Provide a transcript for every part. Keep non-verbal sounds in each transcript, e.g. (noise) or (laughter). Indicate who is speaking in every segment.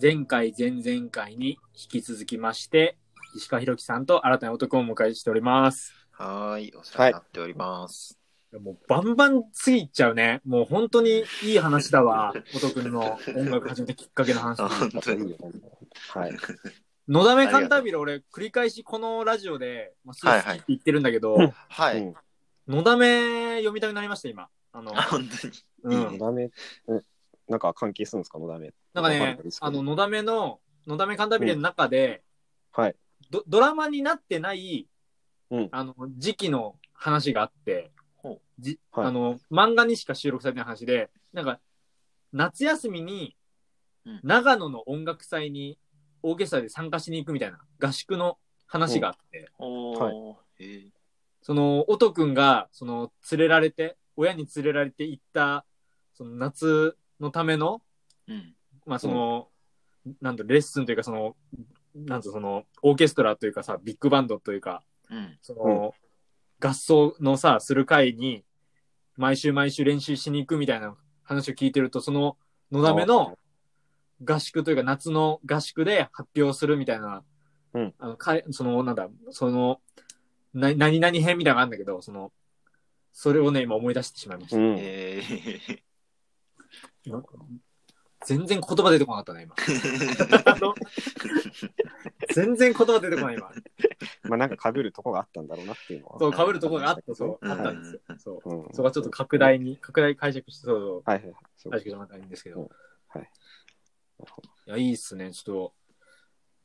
Speaker 1: 前回、前々回に引き続きまして、石川博樹さんと新たな男をお迎えしております。
Speaker 2: はーい、お世話になっております。
Speaker 1: もうバンバン過ぎちゃうね。もう本当にいい話だわ。音くんの音楽始めたきっかけの話
Speaker 2: あ。本当に。
Speaker 3: はい。
Speaker 1: のだめカンタービレ、俺、繰り返しこのラジオで、まあ、ス
Speaker 2: はい
Speaker 1: ー
Speaker 2: はい
Speaker 1: って言ってるんだけど、
Speaker 2: は
Speaker 3: う
Speaker 2: い、
Speaker 3: ん
Speaker 1: のだめ読みたくなりました、今。あ
Speaker 2: (laughs)
Speaker 1: の
Speaker 2: あ、本当に。
Speaker 1: う
Speaker 2: いい
Speaker 1: ん
Speaker 3: の。だめ、えなんか関係するんですか、のだめ。
Speaker 1: なんか
Speaker 3: わる
Speaker 1: ね
Speaker 3: んです、けど
Speaker 1: あの、、のだめの、のだめカンタービレの中で、
Speaker 3: はい。
Speaker 1: どドラマになってない、
Speaker 3: うん
Speaker 1: あの、時期の話があって
Speaker 2: ほう、
Speaker 1: じ
Speaker 3: はい
Speaker 1: あの、漫画にしか収録されてない話で、なんか、夏休みに
Speaker 2: うん、
Speaker 1: 長野の音楽祭に、オーケストラで参加しに行くみたいな、合宿の話があって、
Speaker 2: お
Speaker 3: はい
Speaker 2: ー、えー
Speaker 1: その、音くんが、その、連れられて、親に連れられて行った、その、夏のための、
Speaker 2: うん。
Speaker 1: まあその、なんだろうレッスンというかその、なんとその、オーケストラというかさ、ビッグバンドというか、
Speaker 2: うん。
Speaker 1: その、合奏のさ、する会に、毎週毎週練習しに行くみたいな話を聞いてると、その、のだめの合宿というか、夏の合宿で発表するみたいな、
Speaker 3: うん
Speaker 1: あのかいその、なんだ、その、な何々編みたいなのがあるんだけど、その、それをね、今思い出してしまいました。
Speaker 3: うん。
Speaker 2: えー、
Speaker 1: 全然言葉出てこなかったね、今。あ
Speaker 2: (laughs)
Speaker 1: の全然言葉出てこない今。
Speaker 3: まあなんか被るとこがあったんだろうなっていうのは。
Speaker 1: そう、被るところがあった、そう、
Speaker 2: うん
Speaker 1: あったんですよ。そう。
Speaker 3: うん。
Speaker 1: そこはちょっと拡大に、拡大解釈して、そうそう、
Speaker 3: はいはいはい。そう
Speaker 1: 解釈してもらったらいいんですけど。
Speaker 3: はい。
Speaker 1: いや、いいっすね、ちょ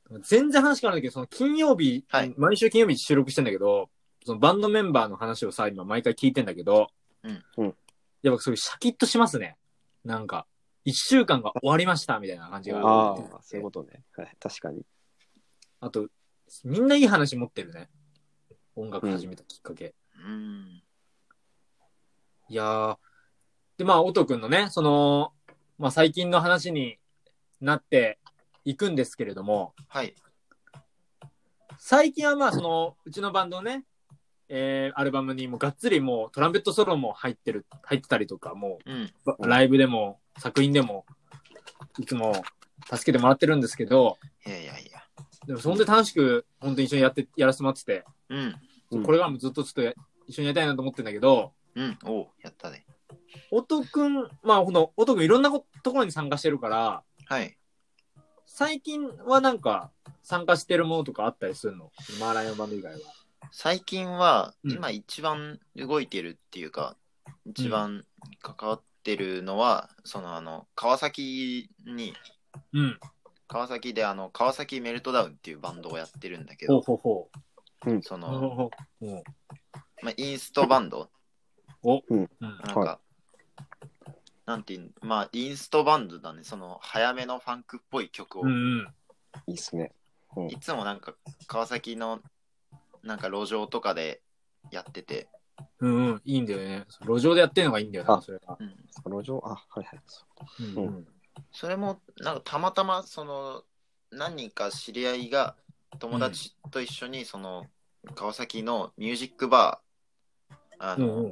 Speaker 1: っと。全然話変わるんだけど、その金曜日、
Speaker 2: はい
Speaker 1: 毎週金曜日収録してんだけど、そのバンドメンバーの話をさ、今毎回聞いてんだけど、
Speaker 2: うん
Speaker 3: うん。
Speaker 1: やっぱそういうシャキッとしますね。なんか、一週間が終わりました、みたいな感じが。
Speaker 3: ああ、そういうことね。はい、確かに。
Speaker 1: あと、みんないい話持ってるね。音楽始めたきっかけ。
Speaker 2: うん。
Speaker 1: いやー。で、まあ、音くんのね、その、まあ、最近の話になっていくんですけれども、
Speaker 2: はい。
Speaker 1: 最近はまあ、その、うちのバンドのね、えー、アルバムにもうがっつりもうトランペットソロも入ってる、入ってたりとか、も
Speaker 2: うん。
Speaker 1: うば
Speaker 3: うん
Speaker 1: ライブでも作品でも、いつも助けてもらってるんですけど、
Speaker 2: いやいやいや。
Speaker 1: でも本当に楽しく、本当に一緒にやって、やらせてもらってて、
Speaker 2: うん。
Speaker 3: うん
Speaker 1: これからもずっとちょっとや一緒にやりたいなと思ってんだけど、
Speaker 2: うん。おうやったね。
Speaker 1: 音くん、まあ、この、音くんいろんなこところに参加してるから、
Speaker 2: はい。
Speaker 1: 最近はなんか、参加してるものとかあったりするのマーライオンバンド以外は。
Speaker 2: 最近は、
Speaker 1: うん
Speaker 2: 今一番動いてるっていうか、一番関わってるのは、そのあの、川崎に、
Speaker 1: うん。
Speaker 2: 川崎であの、川崎メルトダウンっていうバンドをやってるんだけ
Speaker 1: ほう
Speaker 2: ど、
Speaker 1: ほうほ。
Speaker 2: そうの、
Speaker 1: ほうほうほう。
Speaker 2: まあ、インストバンド
Speaker 1: お、
Speaker 3: う
Speaker 1: う
Speaker 3: ん
Speaker 1: ん。
Speaker 2: なんか、
Speaker 3: は
Speaker 2: なんていうんまあインストバンドだねその早めのファンクっぽい曲を、
Speaker 1: うんうん。
Speaker 3: いいっすね。うん
Speaker 2: いつもなんか川崎のなんか路上とかでやってて、
Speaker 1: うんうん。いいんだよね。路上でやってるのがいいんだよな、
Speaker 3: あ
Speaker 1: それが。
Speaker 2: うん
Speaker 3: 路上、あ、はいはい。
Speaker 1: うん
Speaker 3: うん
Speaker 1: うん。
Speaker 2: それもなんかたまたまその何人か知り合いが友達と一緒にその川崎のミュージックバーあ
Speaker 1: う
Speaker 2: の、
Speaker 1: んうん。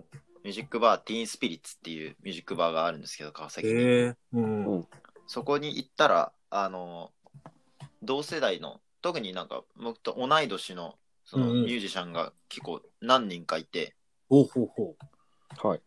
Speaker 2: ミュージックバーティーンスピリッツっていうミュージックバーがあるんですけど川崎に、
Speaker 1: へえ。うんうん。
Speaker 2: そこに行ったら、あの、同世代の、特になんか僕と同い年のその
Speaker 1: うんうん
Speaker 2: ミュージシャンが結構何人かいて、
Speaker 1: ほうほうほ
Speaker 3: はい。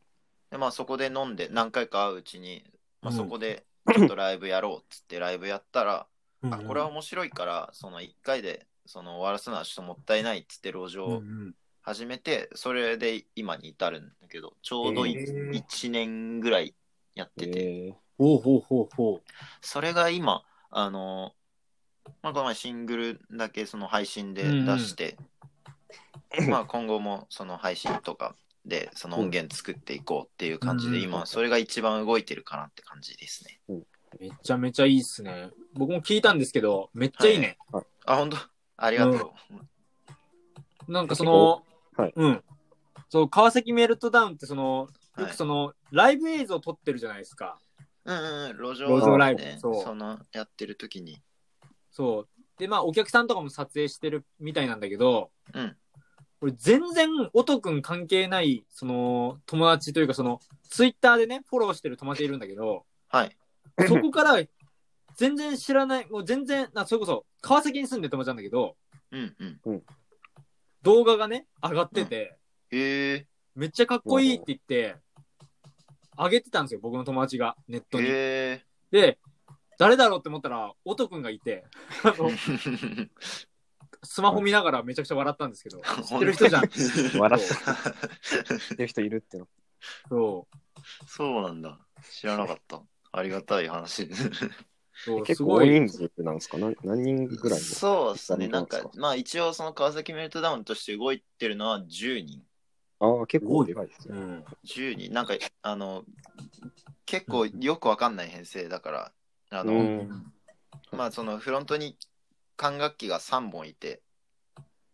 Speaker 2: でまあ、そこで飲んで何回か会ううちに、まあ、
Speaker 1: うん
Speaker 2: そこでちょっとライブやろうっつってライブやったら、
Speaker 1: う。
Speaker 2: あこれは面白いから、その1回でその終わらすのはちょっともったいないっつって路上
Speaker 1: うんう
Speaker 2: を
Speaker 1: ん。
Speaker 2: 始めて、それで今に至るんだけど、ちょうど
Speaker 1: へー
Speaker 2: 1年ぐらいやってて。
Speaker 3: え
Speaker 1: ほうほうほうほ
Speaker 2: それが今、あの、まあ、この前シングルだけその配信で
Speaker 1: うんうん
Speaker 2: 出して、まあ今後もその配信とかでその音源作っていこうっていう感じで、
Speaker 1: うん
Speaker 2: 今それが一番動いてるかなって感じですね。
Speaker 1: う。めちゃめちゃいいっすね。僕も聞いたんですけど、めっちゃいいね。
Speaker 2: あ、本当ありがと
Speaker 1: なんかその、
Speaker 3: はい
Speaker 1: うん。そう、川崎メルトダウンってその、
Speaker 2: う。
Speaker 1: よ
Speaker 2: は
Speaker 1: く
Speaker 2: い
Speaker 1: その、ライブ映像撮ってるじゃないですか。
Speaker 2: うんうんうん、路上,、
Speaker 1: 路上ライブ
Speaker 2: ね、
Speaker 1: そう
Speaker 2: そのやってる時に。
Speaker 1: そう。で、まあ、お客さんとかも撮影してるみたいなんだけど、
Speaker 2: うん
Speaker 1: 俺全然音くん関係ない、その友達というかそのツイッターでね、フォローしてる友達いるんだけど、
Speaker 2: はい。
Speaker 1: そこから全然知らない、もう全然、なそれこそ川崎に住んでる友達なんだけど、
Speaker 2: うんうん。
Speaker 1: 動画がね、上がってて、
Speaker 2: へえ。
Speaker 1: めっちゃかっこいいって言って、上げてたんですよ、僕の友達が、ネットに。
Speaker 2: へえ。
Speaker 1: で、誰だろうって思ったら、音くんがいて、あのスマホ見ながらめちゃくちゃ笑ったんですけど、知ってる人じゃん。
Speaker 3: 笑ってる人いるって
Speaker 1: (laughs)
Speaker 3: の。
Speaker 1: そう。
Speaker 2: (laughs) そうなんだ。知らなかった。ありがたい話。
Speaker 1: そう
Speaker 3: 結
Speaker 1: す
Speaker 3: 構
Speaker 1: ご
Speaker 3: 大
Speaker 1: い。
Speaker 3: 人数なんですかな何人ぐらいの
Speaker 2: そうですね。
Speaker 3: ど
Speaker 2: な
Speaker 3: うんですか
Speaker 2: か、まあ一応その川崎メルトダウンとして動いてるのは10人。
Speaker 3: ああ、結構でかいです
Speaker 1: う
Speaker 3: ね。
Speaker 1: ん。
Speaker 2: 10人。なんか、あの、結構よくわかんない編成だから、あの、
Speaker 3: うん
Speaker 2: まあそのフロントに管楽器が3本いて、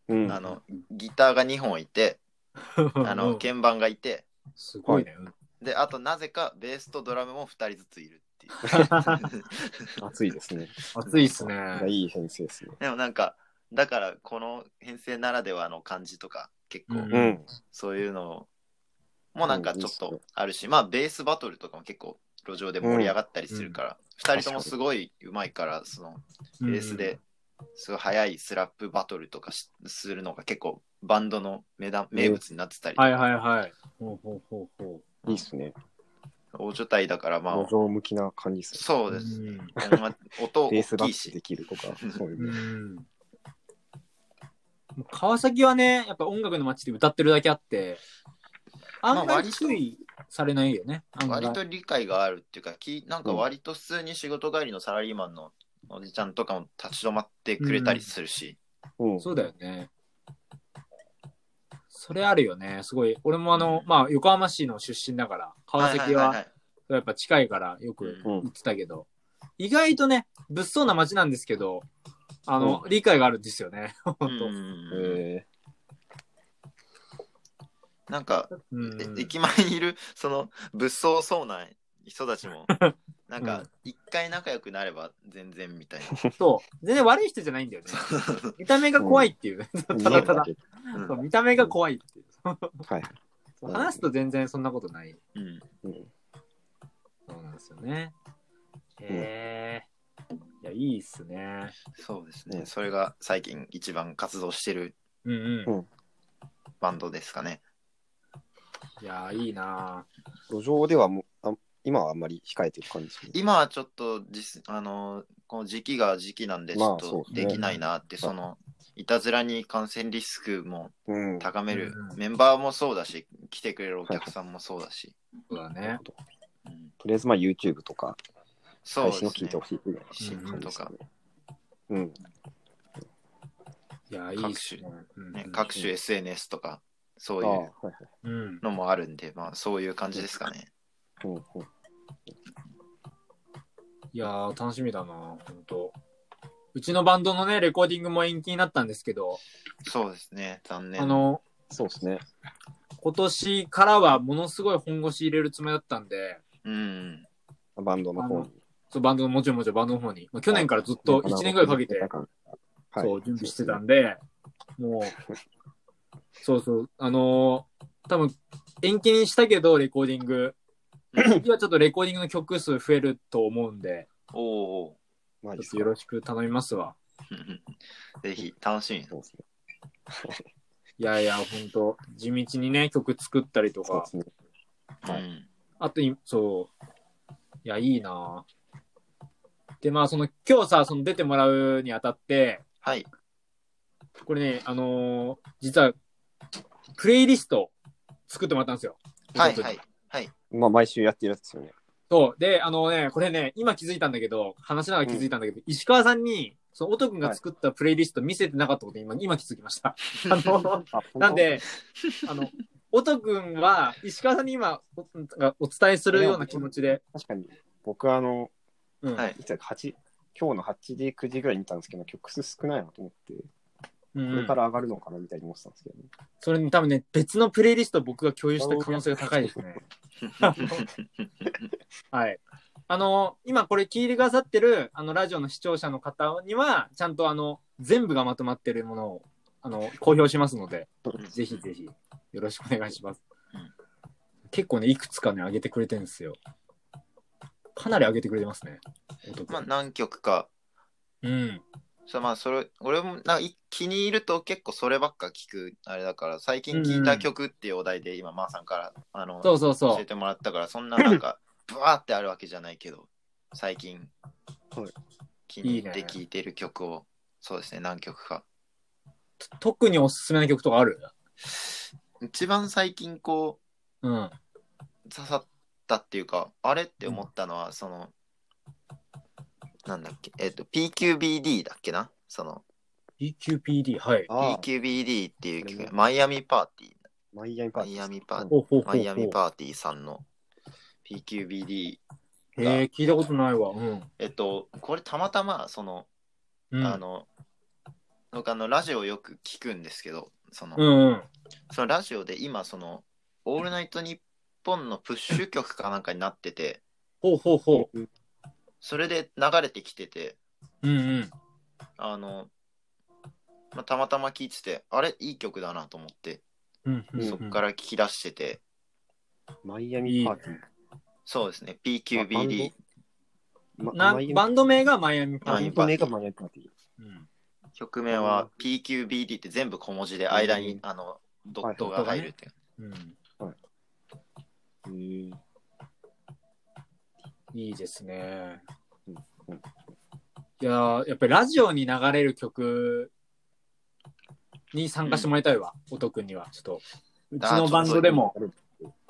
Speaker 3: うん。
Speaker 2: あの、ギターが2本いて、あ
Speaker 1: う
Speaker 2: の、
Speaker 1: ん
Speaker 2: 鍵盤がいて、
Speaker 1: すごいね。うん
Speaker 2: で、あとなぜかベースとドラムも2人ずついるっていう。
Speaker 1: (laughs)
Speaker 3: 暑いですね。
Speaker 1: 暑いっすね。
Speaker 3: いい編成ですね。
Speaker 2: でもなんか、だからこの編成ならではの感じとか、結構、
Speaker 1: うん
Speaker 3: うん。
Speaker 2: そういうのもなんかちょっとあるし、まあベースバトルとかも結構路上で盛り上がったりするから、二人ともすごい上手いから、そのベースで、すごい速いスラップバトルとかしするのが結構バンドの目だ名物になってたり、
Speaker 1: うん。はいはいはい。ほうほうほうほ
Speaker 3: いいっすね。
Speaker 2: 大所帯だからま
Speaker 3: 路
Speaker 2: あ、
Speaker 3: 上向きな感じっす
Speaker 2: そう
Speaker 1: う。
Speaker 2: です。
Speaker 1: うん
Speaker 2: 音音
Speaker 3: ね。ベー
Speaker 2: 大
Speaker 3: スバ
Speaker 2: きい
Speaker 3: ックで
Speaker 2: し、
Speaker 3: きる
Speaker 2: (laughs)
Speaker 3: とか、そういう
Speaker 1: う
Speaker 3: の。
Speaker 1: ん。川崎はね、やっぱ音楽の街で歌ってるだけあって、あん
Speaker 2: まあ
Speaker 1: まり
Speaker 2: 割と
Speaker 1: 注意されないよね。案外
Speaker 2: 割と理解があるっていうか、きなんか割と普通に仕事帰りのサラリーマンのおじちゃんとかも立ち止まってくれたりするし、
Speaker 3: うん。
Speaker 1: そうだよね。それあるよね。すごい。俺もあの、まあ、横浜市の出身だから、川崎
Speaker 2: い
Speaker 1: はいやっぱ近いからよく
Speaker 2: うん
Speaker 1: 行ってたけど、意外とね、物騒な街なんですけど、あの、理解があるんですよね。 (laughs)
Speaker 2: う
Speaker 1: 本
Speaker 2: ん
Speaker 1: 当。
Speaker 3: え
Speaker 2: なんか、
Speaker 1: うん
Speaker 2: え駅前にいるその物騒そうな人たち
Speaker 1: (laughs)
Speaker 2: もなん
Speaker 1: う
Speaker 2: か
Speaker 1: ん
Speaker 2: 一回仲良くなれば全然みたい
Speaker 1: そう。全然悪い人じゃないんだよね。
Speaker 2: (laughs)
Speaker 1: 見た目が怖いっていう。
Speaker 3: ー
Speaker 1: ただただ
Speaker 3: 見え
Speaker 2: な、う
Speaker 1: (laughs) (laughs)
Speaker 2: ん
Speaker 1: そう見た目が怖いっていう。
Speaker 3: たはい。
Speaker 1: そう話すと全然そんなことない。
Speaker 2: うん
Speaker 3: うん
Speaker 1: そうなんですよね。へえ。いや、いいっすね。
Speaker 2: そうです
Speaker 3: う
Speaker 2: ね
Speaker 3: ん
Speaker 2: それが最近一番活動してる
Speaker 1: うんうん。
Speaker 2: バンドですかね
Speaker 1: いや、いいな
Speaker 3: 路上ではもうあ、今はあんまり控えてる感じですね。
Speaker 2: 今はちょっと実あのこの時期が時期なんでちょっ
Speaker 3: まあそう
Speaker 2: と
Speaker 3: ですね
Speaker 2: できないなって、そのいたずらに感染リスクも
Speaker 3: うん。
Speaker 2: 高める、
Speaker 1: うん
Speaker 2: メンバーもそうだし来てくれるお客さんもそうだし、
Speaker 1: そうだね。
Speaker 2: うん、
Speaker 3: とりあえず、まあ、YouTube とか、
Speaker 2: そう
Speaker 3: 配
Speaker 2: ですね
Speaker 3: 信を聞いてほしいぐらい
Speaker 2: 配信
Speaker 3: の
Speaker 2: と
Speaker 3: 感じです
Speaker 2: か
Speaker 3: かね。うん。
Speaker 1: いや、いいっすね。
Speaker 2: ね
Speaker 1: う、ん
Speaker 2: 各種 SNS とか、そ
Speaker 3: あ
Speaker 2: う
Speaker 3: あ、はいいうはい。
Speaker 1: うん。
Speaker 2: のもあるんで、まあ、そういう感じですかね。
Speaker 3: うんうん
Speaker 1: いやー、楽しみだな本当うちのバンドのね、レコーディングも延期になったんですけど、
Speaker 2: そうですね、残念。
Speaker 1: あの、
Speaker 3: そうですね。
Speaker 1: 今年からはものすごい本腰入れるつもりだったんで、
Speaker 2: うん、
Speaker 3: バンドの方
Speaker 1: あの
Speaker 3: に。
Speaker 1: そうバンドの、もちろんもちろんバンドの方に、まあ、去年からずっと1年ぐらいかけて、
Speaker 3: はい、
Speaker 1: そう、準備してたんで、もう、
Speaker 3: (laughs)
Speaker 1: そうそう、あのー多分延期にしたけど、レコーディング。次はちょっとレコーディングの曲数増えると思うんで、
Speaker 2: おうお
Speaker 3: まあいい
Speaker 1: ちょ
Speaker 3: で
Speaker 1: っ
Speaker 3: す
Speaker 1: と
Speaker 3: ね
Speaker 1: よろしく頼みますわ。
Speaker 2: う、 (laughs) ぜひ、楽しみ。
Speaker 3: そうですね。
Speaker 1: いやいや、ほんと、地道にね、曲作ったりと
Speaker 3: そう
Speaker 1: か
Speaker 3: で、すね。
Speaker 2: う
Speaker 3: はい
Speaker 2: ん、
Speaker 1: あとい、そう。いや、いいなぁで、まあ、その、今日さ、その出てもらうにあたって、
Speaker 2: はい、
Speaker 1: これね、あのー実は、プレイリスト作ってもらったんですよ。
Speaker 2: はい、はい、はい。
Speaker 3: まあ毎週やってるやつですよね。
Speaker 1: そう。で、あのね、これね、今気づいたんだけど、話しながら気づいたんだけど、石川さんに、その、音くんが作ったプレイリスト見せてなかったことに今、今気づきま
Speaker 2: (laughs)
Speaker 1: した。あの、
Speaker 3: あ
Speaker 1: なん、で、あの、音くんは、石川さんに今お、がお伝えするような気持ちで、
Speaker 3: 本当確かに僕はあの、
Speaker 1: うん。
Speaker 2: はい
Speaker 3: いつだか8、今日の8時、9時ぐらいに見たんですけど、曲数少ないなと思って、
Speaker 1: う
Speaker 3: こ
Speaker 1: ん
Speaker 3: れから上がるのかなみたいに思ってたんですけど、ね
Speaker 1: それに多分ね、別のプレイリストを僕が共有した可能性が高いですね。はい。あの、今これ聞いてくださってる、あの、ラジオの視聴者の方には、ちゃんとあの、全部がまとまってるものをあの、公表しますので
Speaker 2: (laughs)
Speaker 3: うん、
Speaker 1: (laughs) ぜひぜひ、よろしくお願いします
Speaker 2: うん。
Speaker 1: 結構ね、いくつかね、上げてくれてるんですよ。かなり上げてくれてますね。音
Speaker 2: まあ、何曲か。
Speaker 1: うん。
Speaker 2: そうまあ、それ、俺もなんかい気に入ると結構そればっか聞く、あれだから、最近聞いた曲っていうお題で今、まーさんから、あの、
Speaker 1: そうそうそ
Speaker 2: 教え
Speaker 1: う。
Speaker 2: てもらったから、そんななんか、ブワーってあるわけじゃないけど、最近
Speaker 3: はい、
Speaker 2: 気
Speaker 1: い
Speaker 2: に入っ
Speaker 1: いね
Speaker 2: て聴いてる曲を、そうですね、何曲か。
Speaker 1: 特におすすめな曲とかある
Speaker 2: 一番最近こ
Speaker 1: うん。
Speaker 2: う、刺さったっていうか、あれって思ったのは、その、なんだっけ、えっ、と、PQBD だっけなその、
Speaker 1: EQPD、はい。
Speaker 3: ああ、
Speaker 2: PQBD っていう
Speaker 3: これね
Speaker 2: 曲、マイアミパーティー、
Speaker 3: マイアミ
Speaker 2: マ
Speaker 3: パーティー。
Speaker 2: イアミパーティー
Speaker 1: ほうほうほうほう
Speaker 2: マイアミパーティーさんの PQBD。
Speaker 1: へえ、聞いたことないわ。うん。
Speaker 2: えっと、これたまたま、その、
Speaker 1: うん。
Speaker 2: あの、僕あの、ラジオよく聞くんですけど、その、
Speaker 1: うんうん。
Speaker 2: そのラジオで今、その、オールナイトニッポンのプッシュ曲かなんかになってて、
Speaker 1: ほうほうほ
Speaker 3: うん
Speaker 2: それで流れてきてて、
Speaker 1: う。うんうん。
Speaker 2: あの、まあ、たまたま聞いてて、あれ、いい曲だなと思って、
Speaker 1: うんうんうん、
Speaker 2: そっから聞き出してて、
Speaker 3: マイアミパーティー。
Speaker 2: そうですね、
Speaker 3: あバン
Speaker 2: PQBD
Speaker 3: ド。ま
Speaker 1: な
Speaker 3: マイアミ
Speaker 1: バンド名がマイアミパー
Speaker 3: バ
Speaker 1: ティ
Speaker 2: マイア
Speaker 1: ー。
Speaker 3: ンド名がマイアミパーティー。
Speaker 1: うん
Speaker 2: 曲名は PQBD って全部小文字で間に、
Speaker 3: うん
Speaker 2: あのドットが入るっていう、
Speaker 1: うん。
Speaker 3: へえ
Speaker 1: いいですね
Speaker 3: うんうん。
Speaker 1: いやーやっぱりラジオに流れる曲に参加してもらいたいわ、音くんには。ちょっと、うちのバンドでも。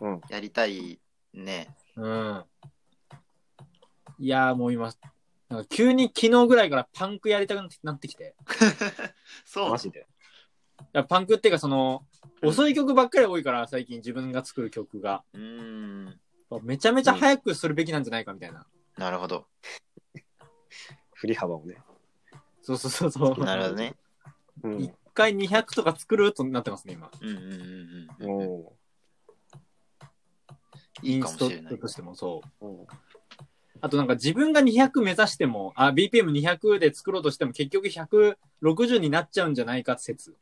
Speaker 3: うん。
Speaker 2: やりたいね
Speaker 1: うん。いやーもう今、なんか急に昨日ぐらいからパンクやりたくなってきて。
Speaker 2: そう
Speaker 3: マジで。
Speaker 1: いやパンクっていうかその、
Speaker 2: うん
Speaker 1: 遅い曲ばっかり多いから、最近自分が作る曲が。
Speaker 2: うーん
Speaker 1: めちゃめちゃ早くするべきなんじゃないかみたいな。
Speaker 2: なるほど
Speaker 3: 振り幅をね。
Speaker 1: そうそうそうそう。
Speaker 2: なるほどね
Speaker 3: う
Speaker 1: 一
Speaker 3: ん。
Speaker 1: 回200とか作るとなってますね、今。
Speaker 2: うんうんうんうんうん
Speaker 3: お
Speaker 2: い
Speaker 1: イ
Speaker 2: い
Speaker 1: ン
Speaker 2: か
Speaker 1: ス
Speaker 2: も
Speaker 1: ト
Speaker 2: しれない
Speaker 1: としてもそう。
Speaker 3: ーうん。
Speaker 1: あとなんか自分が200目指しても、あ、BPM200 で作ろうとしても結局160になっちゃうんじゃないか説。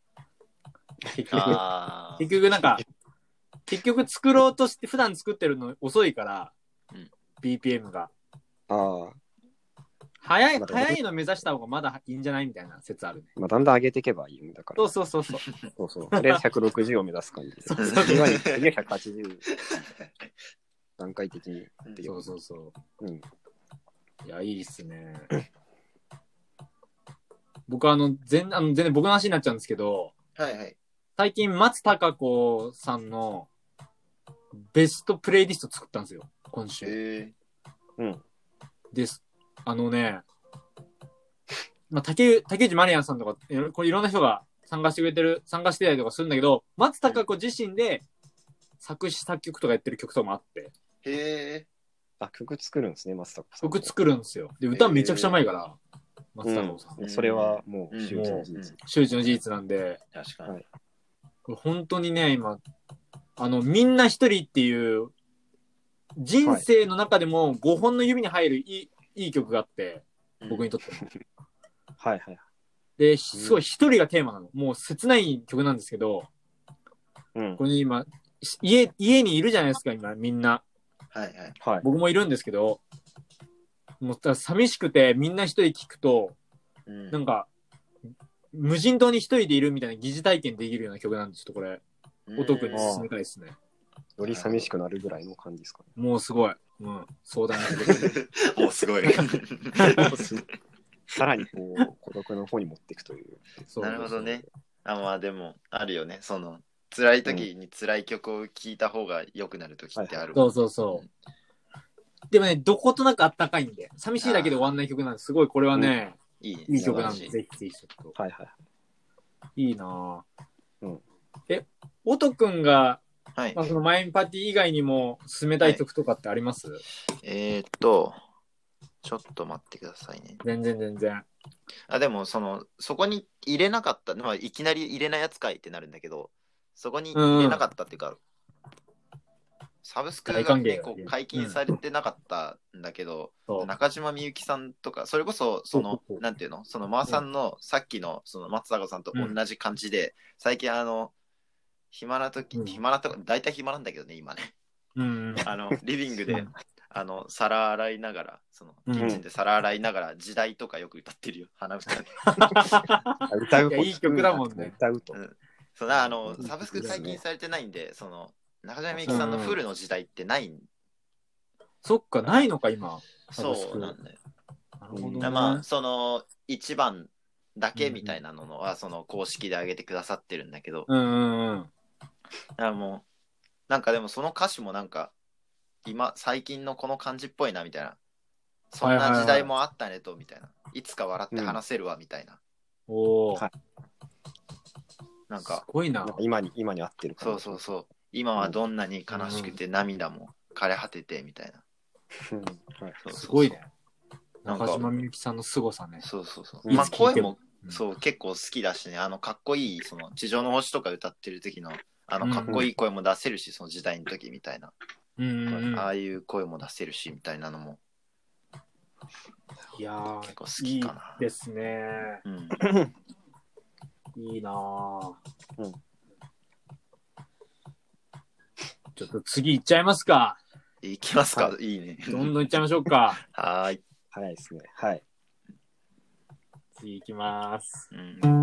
Speaker 1: 結局、
Speaker 2: あー
Speaker 1: 結局なんか、結局作ろうとして、普段作ってるの遅いから、
Speaker 2: うん
Speaker 1: BPM が。
Speaker 3: ああ、
Speaker 1: 早い、
Speaker 3: なるほど
Speaker 1: 早いの目指した方がまだいいんじゃないみたいな説あるね。
Speaker 3: まあ、だんだん上げていけばいいんだから
Speaker 1: そう。そうそうそう。
Speaker 3: そうそう。とりあえず160を目指す感じで。
Speaker 1: (laughs) そうそう
Speaker 2: そう
Speaker 3: 今に次は180。段階的に。
Speaker 1: そうそうそう。
Speaker 3: うん。
Speaker 1: いや、いいっすね。 (coughs) 僕はあの、全、あの、全然僕の話になっちゃうんですけど、
Speaker 2: はいはい
Speaker 1: 最近松たか子さんのベストプレイリスト作ったんですよ、今週。
Speaker 2: へ
Speaker 3: うん。
Speaker 1: です。あのね、まあ、竹内、竹内まりやんさんとか、いろこれいろんな人が参加してくれてる、参加してたりとかするんだけど、松たか子自身で作詞作曲とかやってる曲とかもあって、
Speaker 2: えへえ
Speaker 3: あ、曲作るんですね、松坂さん。
Speaker 1: 曲作るんですよ。で、歌めちゃくちゃうまいから、松たか子さん。
Speaker 3: うん、それはもう、周知の事
Speaker 2: うん
Speaker 3: 実。
Speaker 1: 周知の事実なんで、
Speaker 2: 確かに、
Speaker 3: はい
Speaker 1: これ本当にね、今、あの、みんな一人っていう、人生の中でも5本の指に入るいい,、い、い曲があって、僕にとっても。
Speaker 3: はいはい。
Speaker 1: で、すごい一人がテーマなの。もう切ない曲なんですけど、
Speaker 3: うん。
Speaker 1: これ今、し家、家にいるじゃないですか、今、みんな。
Speaker 2: はいはい
Speaker 3: はい。
Speaker 1: 僕もいるんですけど、もう、だから寂しくてみんな一人聞くと、
Speaker 2: うん
Speaker 1: なんか、無人島に一人でいるみたいな疑似体験できるような曲なんですちょっとこれ、お得に
Speaker 2: うん
Speaker 1: 進めたいですね。
Speaker 3: より寂しくなるぐらいの感じですかね。
Speaker 1: もうすごい。うん。相談してくれ
Speaker 2: (laughs)
Speaker 1: る
Speaker 2: もうすごい
Speaker 3: さらにこう、孤独の方に持っていくという。
Speaker 1: そう
Speaker 2: なるほどね。あまあでもあるよねその辛い時に辛い曲を聴いた方が良くなる時ってある
Speaker 1: そ
Speaker 2: もん
Speaker 1: うそうそう。でもね、どことなくあったかいんで、寂しいだけで終わんない曲なんです。すごい、これはね、
Speaker 2: いいね
Speaker 1: いい曲なん
Speaker 2: 素
Speaker 1: で、
Speaker 2: 晴らし
Speaker 1: ぜひぜひちょっ
Speaker 3: はいはい。
Speaker 1: と。いいなぁ。
Speaker 3: うん
Speaker 1: え、おとくんが、
Speaker 2: いはい
Speaker 1: まあ、そのマインパーティー以外にも進めたい曲とかってあります、
Speaker 2: えー、っと、ちょっと待ってくださいね。
Speaker 1: 全然全然。
Speaker 2: あ、でも、その、そこに入れなかった、まあ、いきなり入れないやつかいってなるんだけど、そこに入れなかったっていうか、サブスク
Speaker 1: 大
Speaker 2: が
Speaker 1: 歓迎
Speaker 2: 結構解禁されてなかったんだけど、
Speaker 1: そう。
Speaker 2: 中島みゆきさんとか、それこそ、
Speaker 1: そ
Speaker 2: そ
Speaker 1: う
Speaker 2: の
Speaker 1: そうそ、う
Speaker 2: なんていうのその、まーさんの、さっきの、その、松坂さんと同じ感じで、最近、あの、暇な時、
Speaker 1: うん
Speaker 2: 暇なと大体暇なんだけどね、今ね。 (laughs)
Speaker 1: うん。
Speaker 2: あの、リビング
Speaker 1: う
Speaker 2: で
Speaker 1: ん、
Speaker 2: あの、皿洗いながら、その、
Speaker 1: うん
Speaker 2: キッチンで皿洗いながら、時代とかよく歌ってるよ、鼻歌で。
Speaker 3: 歌う
Speaker 1: (laughs) いやいい曲だもんね
Speaker 3: 歌うと。
Speaker 2: うんそうなあの
Speaker 3: う、ん
Speaker 2: サブスク解禁されてないんで、その、中島みゆきさんの
Speaker 1: うん
Speaker 2: フルの時代ってないん、
Speaker 1: そっか、ないのか、今。サブス
Speaker 2: そ
Speaker 1: ク
Speaker 2: うなんだよ。
Speaker 1: なるほど
Speaker 3: うん
Speaker 2: だから
Speaker 1: な。
Speaker 2: まあ、その、一番だけみたいなのは、その、公式で上げてくださってるんだけど、
Speaker 1: うんうんうん。
Speaker 2: だからもう、なんかでもその歌詞もなんか、今、最近のこの感じっぽいな、みたいな。そんな時代もあったねと、みたいな。いつか笑って話せるわ、みたいな。
Speaker 1: おお。
Speaker 3: は
Speaker 2: なん
Speaker 1: す
Speaker 2: か、
Speaker 1: ごいな
Speaker 3: なん。か今に、今に合ってるから。
Speaker 2: そうそうそう。今はどんなに悲しくて涙も枯れ果てて、みたいな。
Speaker 3: うん。はい。
Speaker 2: そうそうそう
Speaker 1: すごい。ね。
Speaker 2: なんか
Speaker 1: 中島みゆきさんの凄さね。
Speaker 2: そうそうそう。
Speaker 3: うん
Speaker 2: まあ
Speaker 3: いつ
Speaker 1: 聞い
Speaker 2: 声
Speaker 1: て
Speaker 2: も
Speaker 1: も、
Speaker 2: そう、結構好きだしね、あの、かっこいい、その、地上の星とか歌ってる時の、あの、かっこいい声も出せるし、その時代の時みたいな。
Speaker 1: うんうんうん。
Speaker 2: ああいう声も出せるし、みたいなのも
Speaker 1: いやー
Speaker 2: 結構好きかない
Speaker 1: いですね。
Speaker 2: うん。
Speaker 1: いいなー
Speaker 3: うん
Speaker 1: ちょっと次行っちゃいますか。
Speaker 2: いきますか
Speaker 3: は、
Speaker 2: いいね。
Speaker 1: どんどん行っちゃいましょうか。
Speaker 2: (laughs) はーい。
Speaker 3: 早いですね。はい。
Speaker 1: 次行きます。
Speaker 2: うん。